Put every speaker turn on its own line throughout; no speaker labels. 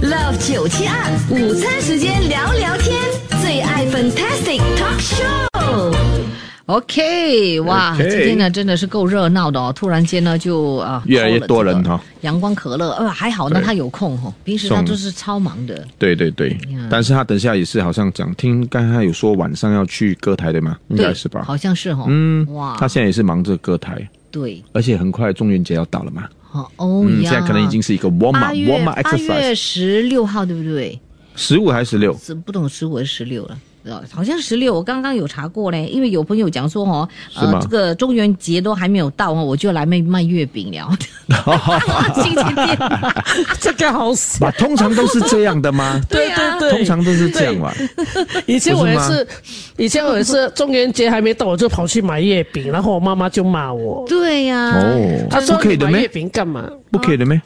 Love 九七二，午餐时间聊聊天，最爱 Fantastic Talk Show。OK，哇
OK
今天呢真的是够热闹的哦！突然间呢就啊，
越来越多人
哈、
哈
阳光可乐，呃，还好呢，
对
他有空哦，平时他
送
都是超忙的。
对对对
呀，
但是他等下也是好像讲，听刚才有说晚上要去歌台的嘛，应
对，
该是吧？
好像是哦。
嗯，
哇，
他现在也是忙着歌台，
对，
而且很快中元节要到了嘛，
好哦
嗯，
呀，
现在可能已经是一个 warm
八
up
月
warm up
八月
exercise，
十六号对不对？
十五还是 十六？
是不懂十五还是十六了。呃好像十六，我刚刚有查过嘞，因为有朋友讲说哦，
是
呃
吗，
这个中元节都还没有到哦，我就来卖卖月饼 了。星期天，
这个好死。
吧，通常都是这样的吗？
对
啊
对对，
通常都是这样吧。
以前我也
不是
是，以前我也是中元节还没到，我就跑去买月饼，然后我妈妈就骂我，
对呀、
哦，
啊
她说
不可以的
你买月
咩？
饼干嘛？
不可以的咩？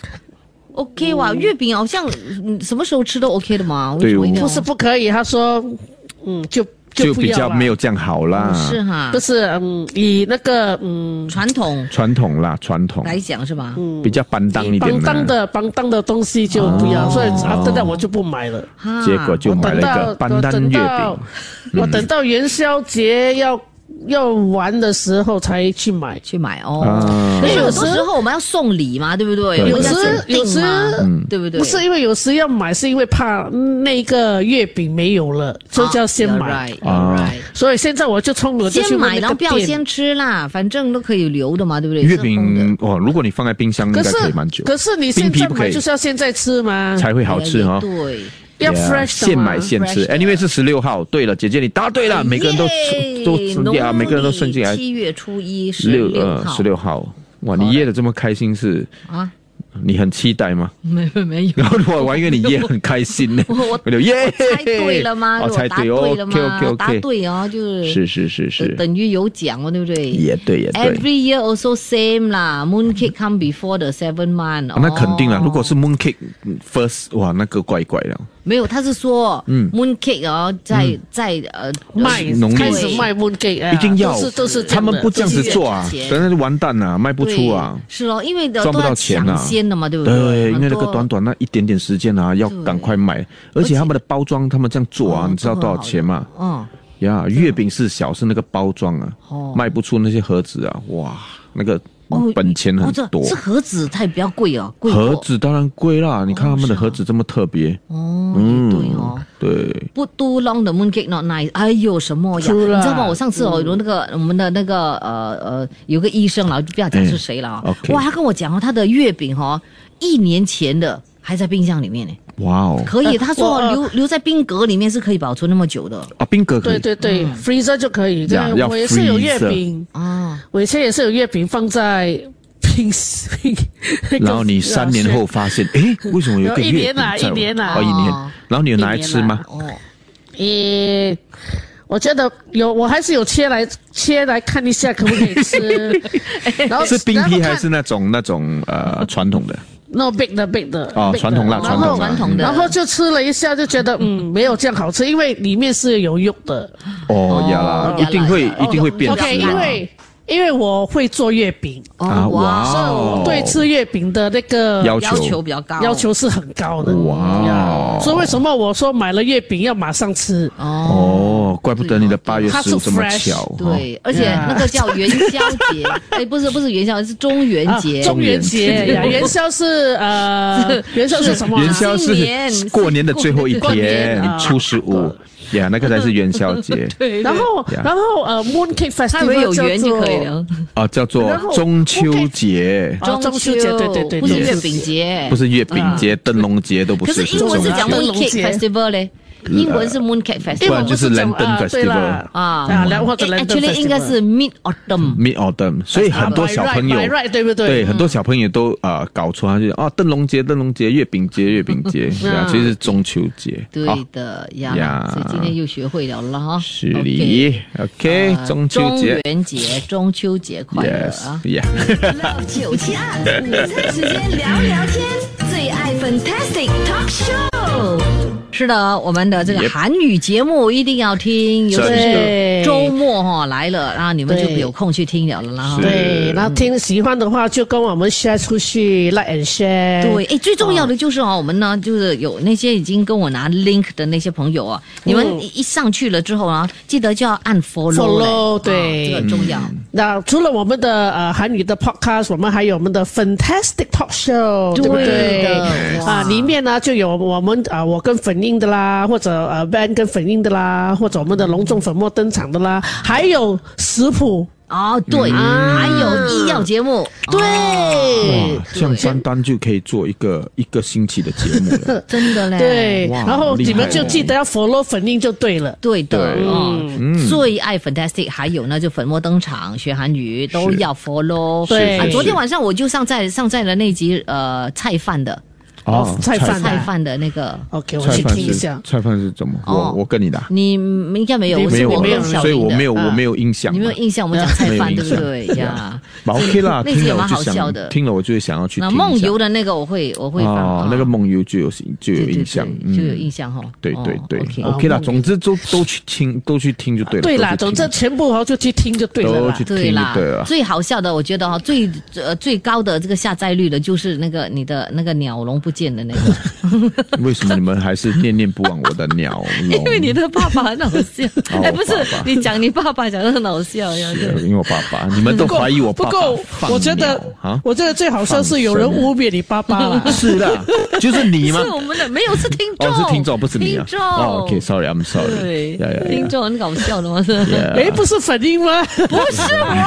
o k 哇，月饼好像嗯什么时候吃都 OK 的嘛，为
哦对哦
什么一定要
不是不可以，她说，嗯，就
就
不
比
要
较
啦
没有这样好啦，
哦是哈
不，是嗯，以那个嗯。
传统
传统啦，传统
来讲是吧？
比较板当一点
帮当
啦。
的帮当的东西就不要，
哦
所以啊，真的我就不买了。
哈
结果就
我
买了
等
一
到
个
我
班丹
等
月
到
饼，
我等到元宵节要要玩的时候才去买。
去买哦。
啊
所以很多
有时
时候我们要送礼嘛，对不对？
对嗯
我们要
有时
送定嘛
有时
对不对？
不是因为有时要买，是因为怕那个月饼没有了，所以就要先买。
啊 You're right, you're
啊
right
所以现在我就冲了，就去
先
问
买，
那
然
个
后不要
店
先吃啦，反正都可以留的嘛，对不对？
月
是烘
饼
的
哦，如果你放在冰箱应
可
该
是
可以蛮久，
可是你
冰
现
皮
在
不可
买
以
就是要现在吃
嗯
嘛，
才会好吃哈。
哎对，
要
Yeah，
fresh 的
现
嘛
买。现吃。
fresh 的哎
Anyway 是十六号，对了，姐姐你答对了，啊每个人都
耶
都呀，
农历
每个人都顺进来。
七月初一，十
六
六
呃
号，
十六号，哇，你噎的这么开心是？
啊，
你很期待吗？
没有没有。
然后我玩因为你噎很开心呢，
我我
我就耶，
猜对了 吗？
哦，
如果
猜
答对
对哦
了
，OK
吗？
OK
答
OK，
对哦，就是
是是
等
是，
等于有奖哦，对不对
也对也对。
？Every year also same 啦，Moon cake come before the seven month 哦。
啊那肯定了，如果是 Moon Cake First，哇，那个怪怪的，
没有，他是说，嗯，Moon cake 哦，
嗯
在在呃
卖
农历
开始卖 moon cake，啊
一定要
都是都是这样
他
的
们不这样子
都是
做啊
这样，子
等下就完蛋了，卖不出啊。
对是咯，因为的
赚不到
都
钱
抢
啊
先的嘛，对不
对，因为
很
那个
多
短短那一点点时间啊，要
对
赶快买，而且他们的包装，他们这样做
哦
啊，你知道多少钱吗？
嗯，
呀，月饼是小，是那个包装啊
哦，
卖不出那些盒子啊，哇，那个本钱
哦
很
这
多
这。盒子太比较贵哦，贵过
盒子当然贵啦，你看他们的盒子这么特别，
哦，也对
嗯
哦。，
对，
不 too long 的 mooncake not nice。哎呦，什么呀？你
是
知
啊
啦
道吗？我上次哦，
嗯
有那个我们的那个呃呃，有个医生啦，就不要讲是谁了啊
哎。，OK
哇，他跟我讲哦，他的月饼哦，一年前的还在冰箱里面呢，
哇哦，
可以。
呃
他 说
我
留留在冰格里面是可以保存那么久的
啊，冰格可
对
以，
对对，freezer
嗯
就可以。对
呀要
我也是有月
freezer
饼，
啊。
我以前也是有月饼放在冰 冰，那个
然后你三年后发现，诶，为什么有一个
有一
月饼
年
啊
啦
在我？哦，
一年啦
一年
哦，
然后你有拿来吃
一年
吗
啦？
哦，
诶，我觉得有，我还是有切来切来看一下可不可以吃。然
啊
后
是冰
然后
哦
皮
看
还是那种那种 呃传统的？
no big 的 big 的？
哦
big 的
传统啦
然
传
后
统啦
传统的，
然后就吃了一下，就觉得嗯没有这样好吃，因为里面是有肉的。
哦
哦，
呀啦，
呀
一
啦
定会
呀啦哦
一定会变质啊
OK，因
啦。
为因为我会做月饼，
啊
哦
哇
哇，
所以我对吃月饼的那个
要
要求比较高，
要求是很高的。
哇哦
所以为什么我说买了月饼要马上吃？
哦。
哦，怪不得你的八月
它是
十五这么
fresh，
巧。
对，而且那个叫元宵节，哎，不是不是元宵，是中元节
啊，中元
中元
节
节
呀，元宵是呃，元宵是什么啊？
元宵
新
是
年
过年的最后一
过年
天
啊，
初十五呀，那个才是元 宵节
然后
Yeah
然后呃，Mooncake
它以为
Festival
有缘就可以
叫做。
了。
啊，叫做
然后
中秋节，
啊中秋节对对对
不是
对
月
对
饼节，
不是月饼节、灯笼节都不
嗯可
是，
是英
中
文
秋
是
节
讲
中秋
Mooncake
节
Festival 嘞，英文是 Mooncake
因
不然
为我
Festival
就是
不是讲
London
啊对啦
Festival 嗯
啊
啊，然后的
a
London
c t u a l l y 应该
Festival
是 Mid Autumn。
Mid Autumn，所以哦很多小朋友
啊，by right- by right，对不对？
嗯
对，很多小朋友都啊搞错，他就啊灯笼节、灯笼节、月饼节、月饼节，对啊，其实是中秋节。
嗯对
好
的呀
呀，
所以今天又学会了了哈。
是哩
OK，
，OK，
呃
中秋节
中元节，中秋节快乐啊！
，Yes，Yeah。
Love 九七二，午餐时间聊聊天，最爱 Fantastic Talk Show。是的，我们的这个
Yep
韩语节目一定要听，尤其
真
是
的
周末哈、来了，然后你们就有空去听了了啦。哈
是
对，然后听喜欢的话就跟我们 share 出去，like and share。
对，哎，最重要的就是哦，我们呢，就是有那些已经跟我拿 link 的那些朋友啊，你们一一上去了之后啊，记得就要按 follow，
Follow，
嘞啊
对嗯
这个很重要。
那除了我们的呃韩语的 podcast，我们还有我们的 Fantastic Talk Show，对不
对
对
的？哇
啊，里面呢就有我们啊、呃我跟粉印的啦，或者呃 Van 跟粉印的啦，或者我们的隆重粉末登场的啦，还有食谱，
哦，对，还有医药节目，哦
对。
哎
哇，这样单单就可以做一个一个星期的节目了。
真的嘞，
对，
哎哇
然后
厉害
你们就
哦
记得要 follow 粉印就对了。
对的
对嗯
哦，最爱 Fantastic，还有呢就粉墨登场学韩语都要 follow。
对
啊，
是
昨天晚上我就上载上载了那集呃菜饭的
哦
菜饭
菜饭的那个，
OK，我
菜
去
饭
听一
是
下。
菜饭是怎么？
哦
我我跟你的啊
你嗯应该没有，
没
我
有
是
没有
我
啊
没
跟
有
小
所以
林
我
的，
没有我
啊
没有印象嘛。
你没有印象，我们讲菜饭对不对 呀？
蛮 OK 啦，
那集
听
也
了我
蛮好
就
笑
想
的，
听了我就会想要去听
那
一下
梦游的那个我会我会放
哦
啊，
那个梦游就有就
对
有
对
印象，
对
嗯
就有印象哈。
对
哦
对对
OK，
，OK 啦，总之都都去听，都去听就对了。
对啦，
都
总
去
之
听
全部哦就去听就对了
都
啦
去。
对
听啊就
啦，
对了。
最好笑的，我觉得哈、最呃最高的这个下载率的，就是那个你的那个鸟笼不见的那个，
为什么你们还是念念不忘我的鸟笼？
因为你的爸爸很好笑，
哦
哎，不是
我爸爸
你讲你爸爸讲的很好笑呀，
是啊因为我爸 爸，你们都
不过
怀疑我
不
爸爸
够，
放
我觉得
鸟 啊，
我觉得最好笑是有人
放生
污蔑你爸爸 啦。
是啦，就是你
是
吗？
我们的没有是听众，
哦，是听众，不是你啊
听。众
哦，OK，sorry，I'm sorry。
对
呀呀呀
听众很搞笑的 嘛，是
Yeah
哎，不是粉 印吗？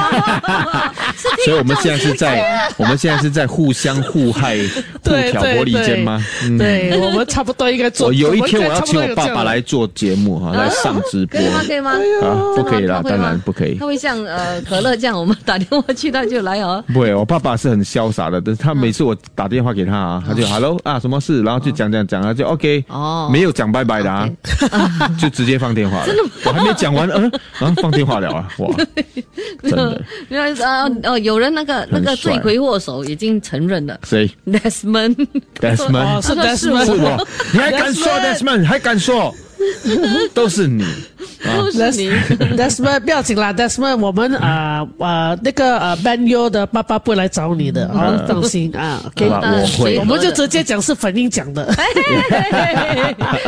是听众
所以我们现在是在我们现在是在互相互 害、互
对
挑
对
拨离间吗？嗯。
对我们差不多应该做。
我有一天我
们
要
差不
请
多
我
有这
爸
样
爸来做节目哈，来上直播
可以吗？可以吗？
啊，不可
真
以
的吗
啦，
他会
当
吗
然不可以
他。会像呃可乐这样，我们打电话去他就来哦。
不会，我爸爸是很潇洒的，但是他每次我打电话给他
嗯
啊，他
哦
就 hello 啊，什么事，然后就讲讲讲，他就 OK，
哦
没有讲拜拜的啊， 就直接放电 话了。我还没讲完，嗯，然后放电话了啊，哇，真 的，
因为呃哦，有人那个那个
很帅
罪魁祸首已经承认了
谁
，Desmond。
哦，
Desmond
是
他说是我
Desmond，
是我，你还敢说
Desmond
Desmond，还敢 说，都是你，啊
都是你。
Desmond 不要紧啦，Desmond，我们啊啊那个呃 Benio 的爸爸不会来找你的，哦，放心啊，OK，
好吧我会
我们哎就直接讲是粉印讲的，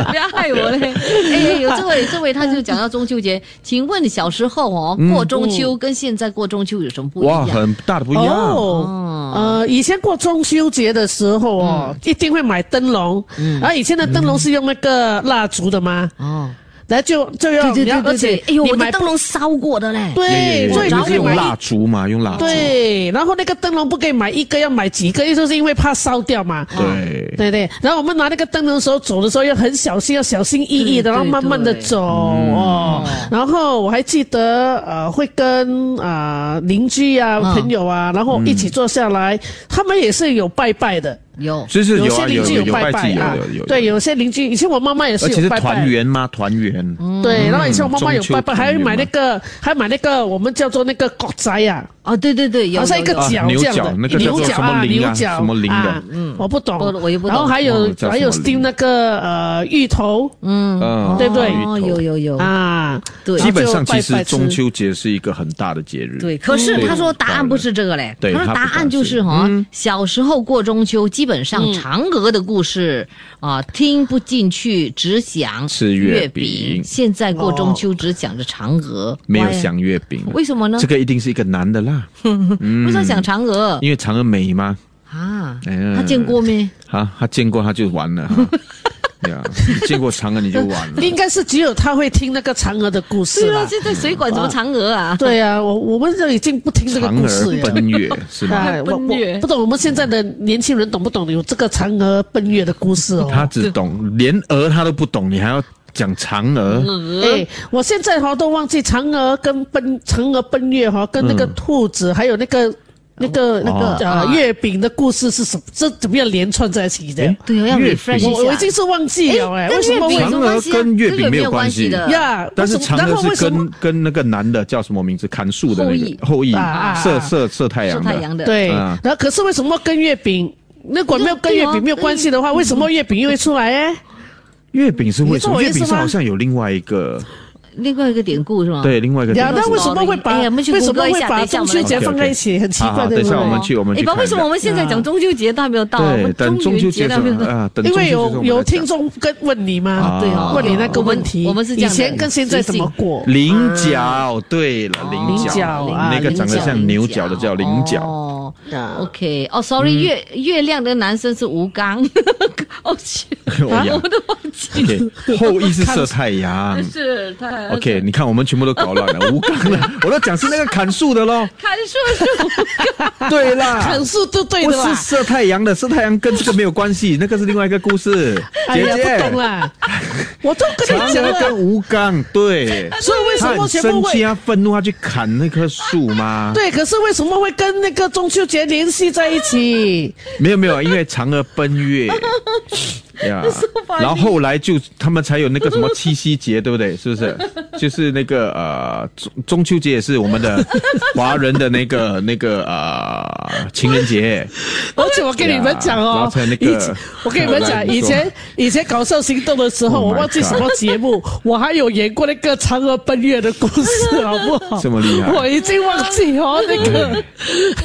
不要害我嘞！ 哎，有这位这位，他就讲到中秋节，请问小时候哦
嗯
过中秋跟现在过中秋有什么不一
哇，
样？
很大的不一样，
哦，呃，以前过中秋节的时候哦，一定会买灯笼，然后以前的灯笼是用那个蜡烛的吗？
哦，
然后就就要
对
你要，
对
而
对
且
对，哎呦，
你
我的
买
灯笼烧过的嘞，
对，所以
就
你
是
可以
用
买
蜡烛嘛，用蜡烛，
对，然后那个灯笼不可以买一个，要买几个，就是因为怕烧掉嘛。
对
对对，然后我们拿那个灯笼的时候走的时候要很小心，要小心翼翼
嗯
的，
对
然后慢慢的
对
走哦。然后我还记得呃，会跟啊、呃邻居啊、
嗯
朋友啊，然后一起坐下来，他们也是有拜拜的。
有
就是有
些
啊
邻
有
居
有有
拜
祭有
啊
有有，
对，有些邻居以前我妈妈也是
而且是
有拜嗯拜
团。圆吗？团圆，
对，然后以前我妈妈有
中秋
拜拜，
团
还
圆
买那
嘛
个，还买那个我们叫做那个国仔啊，
哦，对对对，有
好像一个
有有
角
啊牛
这样
角
的，
那个叫
牛
做
角
什么铃啊
牛角
什么铃的
啊我不懂，
我嗯我也不懂
然后还
忘
有
了叫
还
什
有
么铃
steam 那个呃芋头
嗯
对不对
哦，有有有，
啊，
对
基本上
然后
其
就拜拜
实
吃
中秋节是一个很大的节日，
对，可是他说答案不是这个嘞，
对
他说
他不
答
答
案就是哈、
嗯
小时候过中秋，基本上嫦娥的故事啊、听不进去，只想
吃
月
月
饼
饼。
现在过中秋只想着嫦娥，
没有
Why 啊，
享月饼，
为什么呢
这个一定是一个男的啦，
不是想嫦娥
因为嫦娥美吗？
啊
哎呀？
他见过没？
啊，他见过他就完了， 哈呀，你见过嫦娥你就完了。
应该是只有他会听那个嫦娥的故事
啊，
了。
现在谁管什么嫦娥啊？
对啊，我我们都已经不听这个
嫦
故事
娥
了。
奔月是吗？
哎，我
奔月
我不懂我们现在的年轻人懂不懂有这个嫦娥奔月的故事哦？
他只懂连鹅他都不懂，你还要讲嫦娥？
嗯
哎，我现在哈都忘记嫦娥跟奔嫦娥奔月哈，跟那个兔子、还有那
嗯
个。那个那个
哦
啊
呃月饼的故事是什么？这怎么样连串在一起的？
哎
对，啊要
月
refresh
饼
一
我我已
下
经。是忘记了哎，
哎
为什么
跟月饼啊有什
我
么关
嫦娥
系啊
跟月
这个
饼没
没有
有
关
关
系
系
的
呀？
但是
为什么
嫦
然后
娥是
为什么
跟跟那个男的叫什么名字？砍树的那个后羿
啊啊，啊
射射射太
射
阳
太阳的，
的。
对？
啊
然后可是为什么跟月饼？那果没有跟月
对哦嗯
饼没有关系的话，为什么月饼又会出来哎？
月饼是为什么？
你懂我
月
意思
饼
吗啊
是好像有另外一个，
另外一个典故是吗？，
对，另外一个
呀，
点。
那为什么会把
哎我们去
为什么
Google 一
会
下
把
等一下
中秋节
OK，OK
放在一起？很奇
好好
怪，对
等一
不
下
对
我？们去我们去
哎，爸，
看一下
为什么我们现在
嗯
讲中秋节，他没有到？
啊
我
对
们，
等中秋
元
节
节那边
的啊，等
因
中秋
为
节的时
有
候我
有
们再讲
听众跟问你
啊
嘛，
对哦
问你那个问
我
题，
们我们是这
以
样的
前跟现在怎么过？
菱角，对了，菱
嗯菱角啊
那个长得像牛角的叫菱角，嗯
哦
啊
OK，哦，sorry，、月月亮的男生是吴刚， 哦，去
我呀
我都忘记了，
OK，后羿是射太 阳。
是他
OK，你看我们全部都搞乱了，吴刚了，我都讲是那个砍树的 喽。
看树 树，
对啦，
砍树都对
不
的
是
啦。
射太阳的，射太阳跟这个没有关 系，那个是另外一个故事。
哎
姐
呀，不懂
姐，
啦，我都跟
嫦
你讲
娥
了
跟，吴刚， 对，
所以为什
他
么
很
全
生
部
气，啊他
会
愤怒，他去砍那棵树吗？
对？可是为什么会跟那个中秋节联系在一起？
没有没有，因为嫦娥奔月呀，然后后来就他们才有那个什么七夕节，对不对？是不是？就是那个呃中中秋节也是我们的华人的那个那个呃情人节，
而且我跟你们讲
对啊然
哦
后才，那
以
个
前我跟你们
来
讲，
你说
以前以前搞笑行动的时候，
Oh my
我忘记什么节
Oh
目，我还有演过那个嫦娥奔月的故事，好不好？
这么厉害
我已经忘记哦，那 个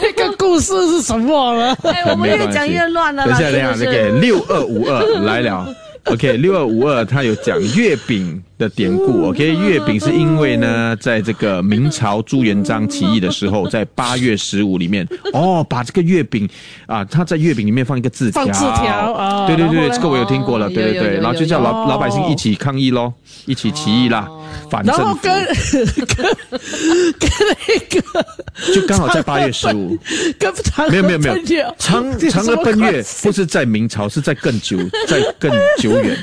那个故事是什么了。
哎，我们越讲越乱了
等
啦，
一下，等一下，
真
那
的
个
是。
六二五二来了。OK，六 二五二，它有讲月饼的典故。OK，月
嗯
饼是因为呢，在这个明朝朱元璋起义的时候，在八月十五 里面，哦，把这个月饼啊，他在月饼里面放一个字条，
放字条哦
对对
然后
对，
呢
这个我有听过了，
哦
对
有
对
有有
对，
有哦
然后就叫老
有
老百姓一起抗议咯，一起起义啦，反
然
政
后
府
跟 跟跟那个
就刚好在八月十 五。
跟嫦娥
没有没有没有
奔月，
嫦
有什
嫦
么
娥奔
关
月
系
不是在明朝，是在更 久，在更久远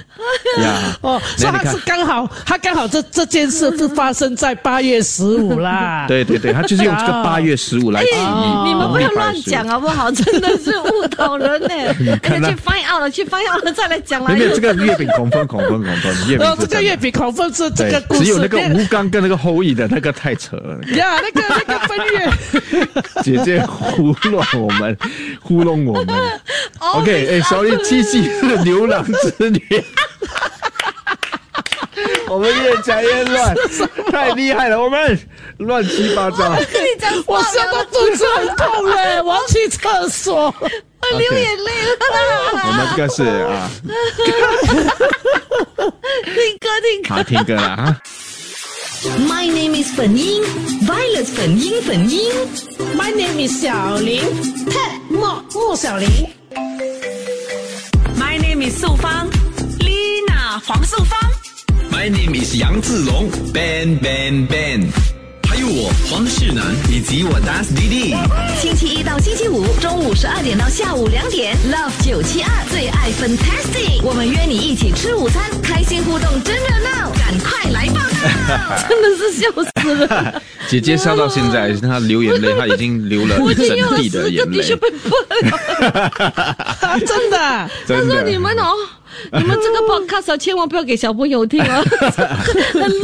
呀。
哦，所
那你
以他
看
是，刚好，他刚好这这件事是发生在八月十五啦。
对对对，他就是用这个八月十
哎
五来起义。
你们不要乱讲
啊！
好不好？ 真的是误导人呢、而且
看啊
去 find out 了，去 find out 了再来讲来。
没有没有，这个月饼恐分恐分恐分，月饼
哦，
是
这
真
个
的
月饼狂风是这
对
个故事，
只有那个
变
吴刚跟那个后羿的那个太扯了，
呀，那个那个奔 月，
姐姐糊弄我们，糊弄我们。OK，哎、s
哦
哦
o r r y 七夕是牛郎织 女。我们越讲越 乱，太厉害了，我们乱七八糟。
你讲话
我笑到肚子很痛嘞，我要去厕所。
我流眼泪了 啦。
我们这个是啊，
听歌听歌
好听歌了啊。
My name is 粉英，Violet 粉英粉英。
My name is 小林，Pat 莫莫小林。
My name is 素芳，Lina 黄素芳。
My name is 杨志龙，Ben Ben Ben，还有我黄世南以及我 Das Didi。
星期一到星期五中午十二点到下午两点，Love 九七二最爱 Fantastic，我们约你一起吃午餐，开心互动真热闹，赶快来报道！
真的是笑死人。
姐姐笑到现在，她流眼泪，她已经流了
我
一
已经用
整
了
地
十
的
个
眼
地
泪
学。本本了。
啊，真的啊，
他
真
说
的，
你们哦，你们这个 podcast 啊千万不要给小朋友听 啊，很乱。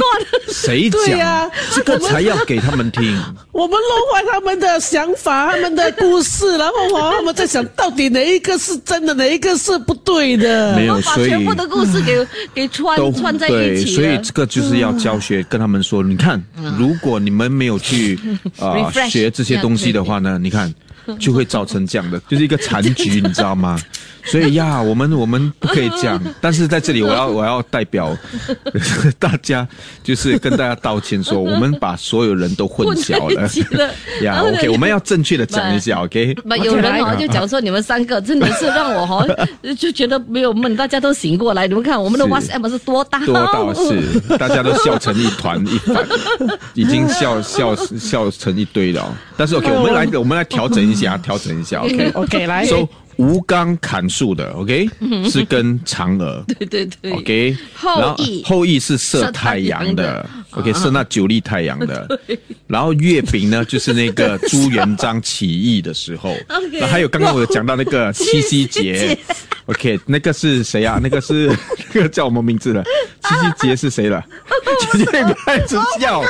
谁
对
讲、
呀
这个才要给他们听？
我们弄坏他们的想法，他们的故事，然后我他们在想到底哪一个是真的，哪一个是不对的。
没有，
把
所以
全部的故事给给串
都
啊串在
对，
一起
所以
了。
这个就是要教学，跟他们说，你看，如果你们没有 去啊
嗯 Refresh，
学这些东西的话呢，你看。就会造成这样的，就是一个残局，你知 道吗？所以呀，我们我们不可以这样，但是在这里 我要我要代表 大家，就是跟大家道歉说，我们把所有人都混 淆
混在一 起了
了呀。
然后呢
OK，我们要正确的讲 一下，OK？
不，有人哦就讲说你们三个真的是让我 哦就觉得没有梦，大家都醒过来。你们看我们的
是
WhatsApp 是多大？
多到是大家都笑成一团一团，已经笑笑笑成一堆了。哦但是 OK，我们来我们来调整一下，调整一下 OK。
哦 OK，来
So 吴刚砍树的 OK 是跟嫦娥
对对对。
OK，
后
然后
羿
后羿是射太阳的，OK
啊
射那九粒太阳的， 然后月饼呢就是那个朱元璋起义的时候，
OK
那还有刚刚我有讲到那个
七
七夕
夕
节
节
，OK 那个是谁啊？那 个是那个叫我们名字了，七夕节是谁了？姐姐你不要一直笑，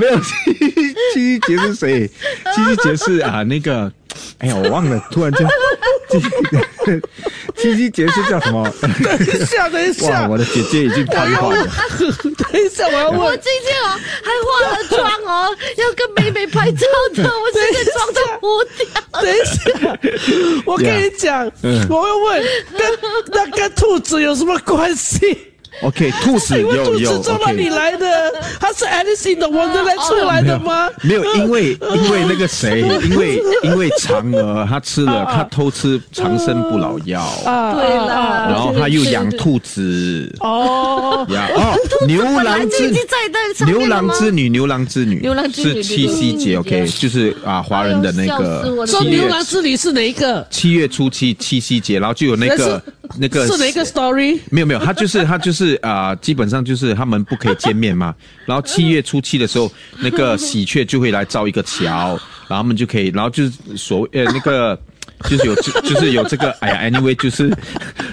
没有七七夕节是谁？七夕节是啊那个，哎呀我忘了，突然间七夕节是叫什么？
等一下，等一
哇，
啊
下，
我的姐姐已经瘫痪
哎
了。
等一下，我要
我
问，
最近哦还化了妆 哦，要跟美美拍照的，我现在妆都糊掉。
等一下，我跟你讲，
嗯
我要问，跟那跟兔子有什么关系？
哎
OK，兔子
因为
有
兔
有
子从哪
OK
里。来的？它是 Alice in the
哦
Wonderland 出来的吗？
没有，因为因为那个谁，因为因为嫦娥她吃
啊
了，她偷吃长生不老药，
啊
对啦
啊啊
然后她又养兔子，
哦，
呀哦，牛
本来
郎
就
织
已经在那上面了
牛
吗
郎织女，牛郎织女，
牛郎织女
是七夕节
牛郎织女
，OK，就是啊，华人的那
哎哎呦笑死我
个
了
说
七
牛
月
郎织女是哪一个？
七月初七七夕节，然后就有那个那个
是哪一个 story？
没有没有，他就是他就是啊、呃基本上就是他们不可以见面嘛。然后七月初七的时候，那个喜鹊就会来造一个桥，然后他们就可以，然后就是所谓呃那个。就是有就就是有这个，哎呀，anyway，就是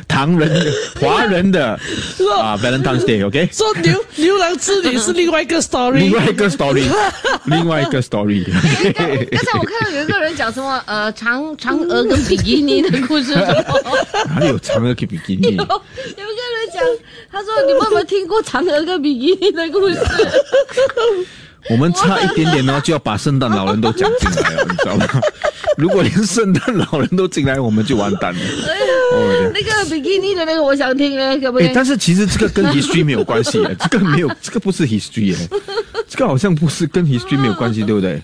唐人华人的啊，Valentine's Day，OK，、
说 牛牛郎织女是另外一个 story
另。外一个 story，另外一个 story，
哎刚才我看到有一个人讲什么呃嫦嫦娥跟比基尼的故事，
哪里有嫦娥跟比基尼
有？有一个人讲，他说你们有没有听过嫦娥跟比基尼的故 事？
我们差一点点呢，就要把圣诞老人都讲进来了，哦你知道吗？如果连圣诞老人都进来，我们就完蛋了。哦
那个比基尼的那个我想听呢，可不可
哎、
以？
但是其实这个跟 history 没有关系耶，这个没有，这个不是 history 耶，这个好像不是跟 history 没有关系，对不对？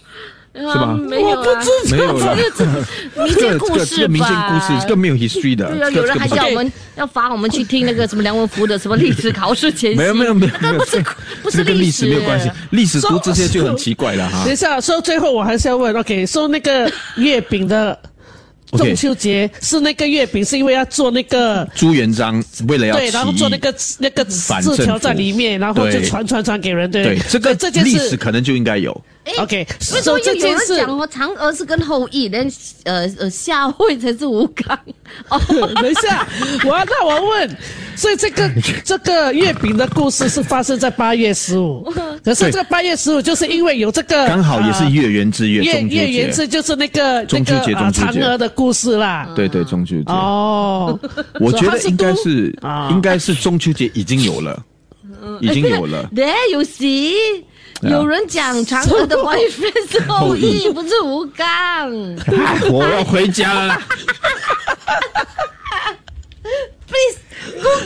是
是吧
没有
我不
啊
知。
没有啦，
民
这
间
个这
故
个
事
这个民间
吧
故事，这个没有 history 的，
对啊，
这
有
个
人还
这个
叫
不
我们要罚我们去听那个什么梁文福的什么历史考试前夕，
没有没有没有
那个
没
不
有
是不是
这跟历史没有关系，历史读
So-
这些就很奇怪了哈
等。一下，说最后我还是要问，OK，说那个月饼的
OK
中秋节是那个月饼，是因为要做那个
朱元璋为了要
对，然后
起义
做那个那个
反政
字
府
条在里面，然后就
对
传传传给人，对
对这个
所以这件
历史
事
可能就应该有。
，OK，
哎为什么
所
又
以这
有
件
人
事
讲哦，嫦娥是跟后羿，连呃呃夏惠才是吴刚哦，
等一下，我要那我问，所以这 个这个月饼的故事是发生在八月 十五，可是
对
这个八月十五就是因为有这个
刚好也是
呃
月圆之月，
月
中秋
月圆
节
之，，就是那个
中秋节
那个呃
中秋节
嫦娥的故事啦。
对对，中秋节。
。
哦，
我觉得应该
所
是
以它是都啊，
应该是中秋节已经有了，已经有了
对，有谁？
对啊
有人讲嫦娥的 boyfriend 是后羿，不是吴刚。
哎我要回家了啦。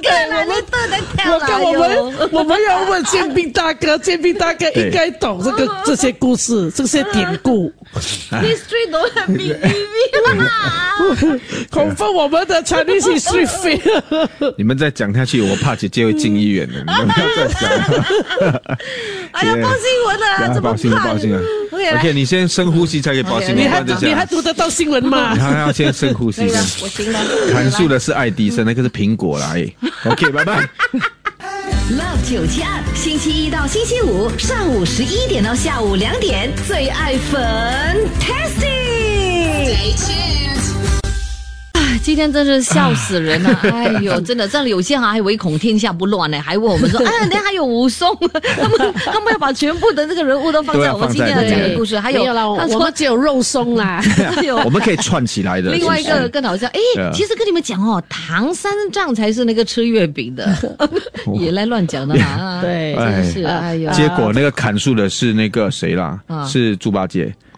对啦，你都在
它是
跳了
我看我们我们要问建斌大哥，建斌大哥
对
应该懂这 个这些故事，这些典故。
history 都很 B B B 啦。
恐怕我们的 Chinese history fail
你们再讲下去，我怕姐姐会进医院的。你们不要再讲了。
哎呀，报新闻
啊
了，怎么
报
办
新闻，报新闻。
OK，来
OK，你先深呼吸才可以报新
你
闻。
还
不
哎
然就
你还读得到新闻 吗？
他要先深呼
可
吸
以了
先。，
我行了。
砍树的是爱迪生，那个是苹果啦。哎 OK，拜拜。
Love 九七二，星期一到星期五上午十一点到下午两点，最爱 Fantastic。
哎今天真是笑死人了！哎呦，真的，这里有些人还唯恐天下不乱呢，还问我们说，哎，人家还有武松， 他们他们要把全部的那个人物都放在我们今天要讲的故事，还有
没有啦，我
他
我
说
们只有肉松啦。
还有
我们可以串起来的。
另外一
是不
个
是
更好笑，哎
对啊，
其实跟你们讲哦，唐三藏才是那个吃月饼 的，也来乱讲的啊啦，
对
真的是，哎呦，
结果那个砍树的是那个谁啦
啊？哦
是猪八戒。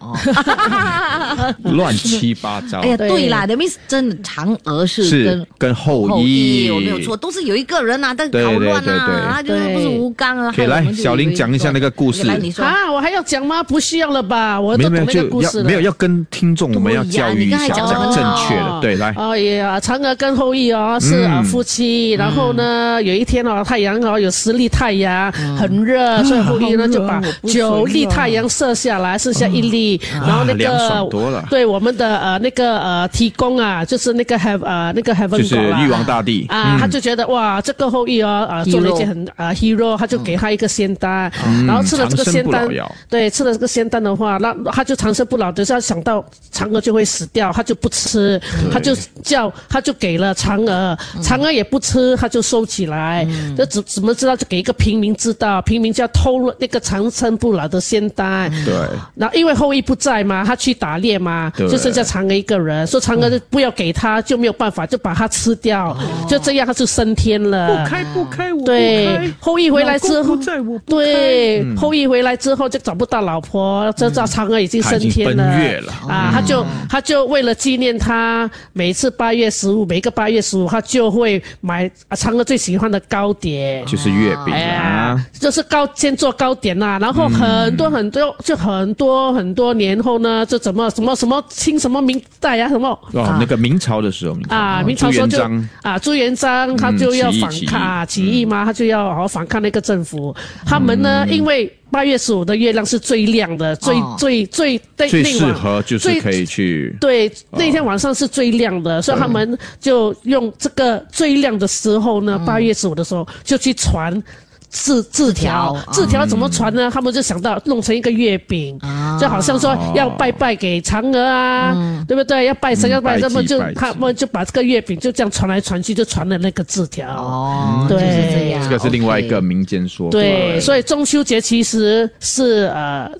乱七八糟
哎。呀，
对
对啦，that means 真的嫦娥是
哦是
跟。
跟后
后
羿，
羿，我没有错，。都是有一个人啊，但
对
搞
对
乱
对对
啊，他就是不是吴刚啊。
对
害我们
OK，来
就
小林
以为
讲一下那个故事
来，你 说。
啊，我还要讲吗？不需要了吧？我
没
都
有没
呃懂
有
那个故
就
事
要
了。
没有要跟听众，我们
对
要
呀
教育
你
一
刚才
下，
讲
讲
的
个正确的，对，来，
哦也，嫦娥跟后羿哦是啊
哎嗯
夫妻，然后呢有一天哦太阳哦有十粒太阳，
嗯
很热，所以后羿呢就 把九粒太阳射下来，剩下一粒，然后那
啊凉爽多
个
了
对我们的呃那个呃提供啊，就是那个 have 呃那个 heaven
就是
god 啦
玉皇大帝
啊，他就觉得哇这个后羿哦啊做了一件很啊 hero，他就给他一个仙丹，然后吃了这个
嗯长生
仙
不
丹
老药。
对，吃了这个仙丹的话，那他就长生不老。等一下想到嫦娥就会死掉，他就不吃，他就叫，他就给了嫦娥，
嗯
嫦娥也不吃，他就收起来。这怎怎么知道？就给一个平民知道，平民就要偷了那个长生不老的仙丹。
对
然后因为后羿龟不在嘛，他去打猎嘛，
对
就剩下嫦娥一个人，说嫦娥就不要给他，就没有办法，就把他吃掉，就这样他就升天了。
开哦不开，我
对，后羿回来之后，对，
嗯
后羿回来之后就找不到老婆，这这嫦娥已经升天
他已经奔月
了
了嗯
啊，他就他就为了纪念他，每次八月十五，每个八月十五，他就会买啊嫦娥最喜欢的糕点，
就是月饼
哎
啊
呀，，就是糕先做糕点啦，然后很多很多，就很多很多年后呢，就怎么什么什么清什么明代啊，什么
哦，那个明朝的时候，
啊，明朝
哦朱
时候
元
就
璋
啊，朱元璋他
嗯
就要
起义
反
起义
抗啊，起义嘛，他就要好好反抗那个政府。他们呢，
嗯
因为八月十五的月亮是最亮的，最
哦
最最对
最
那
适
晚
合就是
最
可以去
对，那天晚上是最亮的，所以他
嗯
们就用这个最亮的时候呢，八月十五的时候就去传。字字条
字条，
字条怎么传
嗯
呢？他们就想到弄成一个月饼，就好像说要拜拜给嫦娥啊，对不对？要拜神，
啊嗯
要拜，
拜祭
他们就
拜祭
他们就把这个月饼就这样传来传去，就传了那个字条。
哦，
对
就是这样。
这个是另外一个民间说法。
对，所以中秋节其实是呃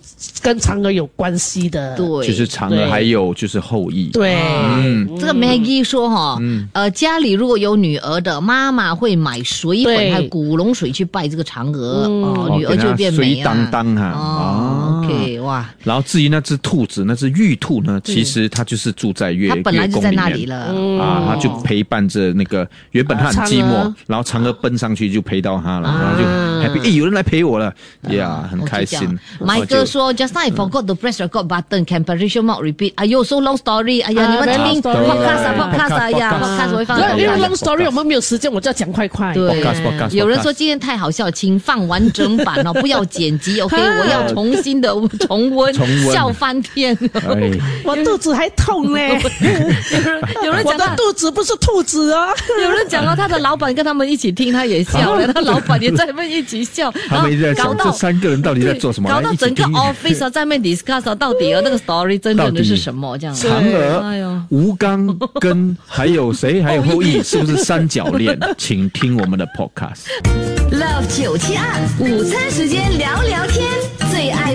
跟嫦娥有关系的。
对，
就是嫦娥，
对
还有就是后羿。
对，
嗯
这个 Maggie 说哈、呃，家里如果有女儿的，妈妈会买水粉
对
还有古龙水去拜这个嫦娥，哦，
哦
女儿
给
就
她
变
水
美啊。
当当哈
哦
哦
OK，哇，
然后至于那只兔子，那只玉兔呢，其实它就是住在月
她本来
月
就
宫
在
里
那里
面。
了。
啊，它就陪伴着那个，原本它很寂
啊
嫦
寞
娥，
然后嫦娥奔上去就陪到它了，然后就 happy，哎，有人来陪我了，
啊
呀，
嗯
很嗯开心。
My
然后
哥
就嗯
说，Just now I forgot to press record button. Can Patricia Mark repeat? 哎呦，so long story. 哎呀，
啊
你们
very
听
long story
podcast 啊
对
podcast 啊哎呀
podcast，
，podcast 我会放
那
在
因为
podcast
long story 我们没有时间，我就要讲快快。
对
Podcast, podcast,
有人
podcast
说今天太好笑，请放完整版 哦，不要剪辑。OK，我要重新的重温，
重温
笑翻 天。
哎，
我肚子还痛嘞，
有人
我
讲啊到，
的肚子不是兔子啊！
有人讲到他的老板跟他们一起听，他也笑 了，他老板也在那边一起笑，然
他
后
们一直在
搞
想
到
这三个人到底在做什么，
搞
来
到
一起
整个
听哎
office 啊，在那边 discuss 啊到底啊那个 story 真正的是什么这样。
嫦
哎呦
娥、吴刚跟还有谁，还有 后羿，是不是三角恋？请听我们的 podcast。
Love 九七二午餐时间聊聊天，最爱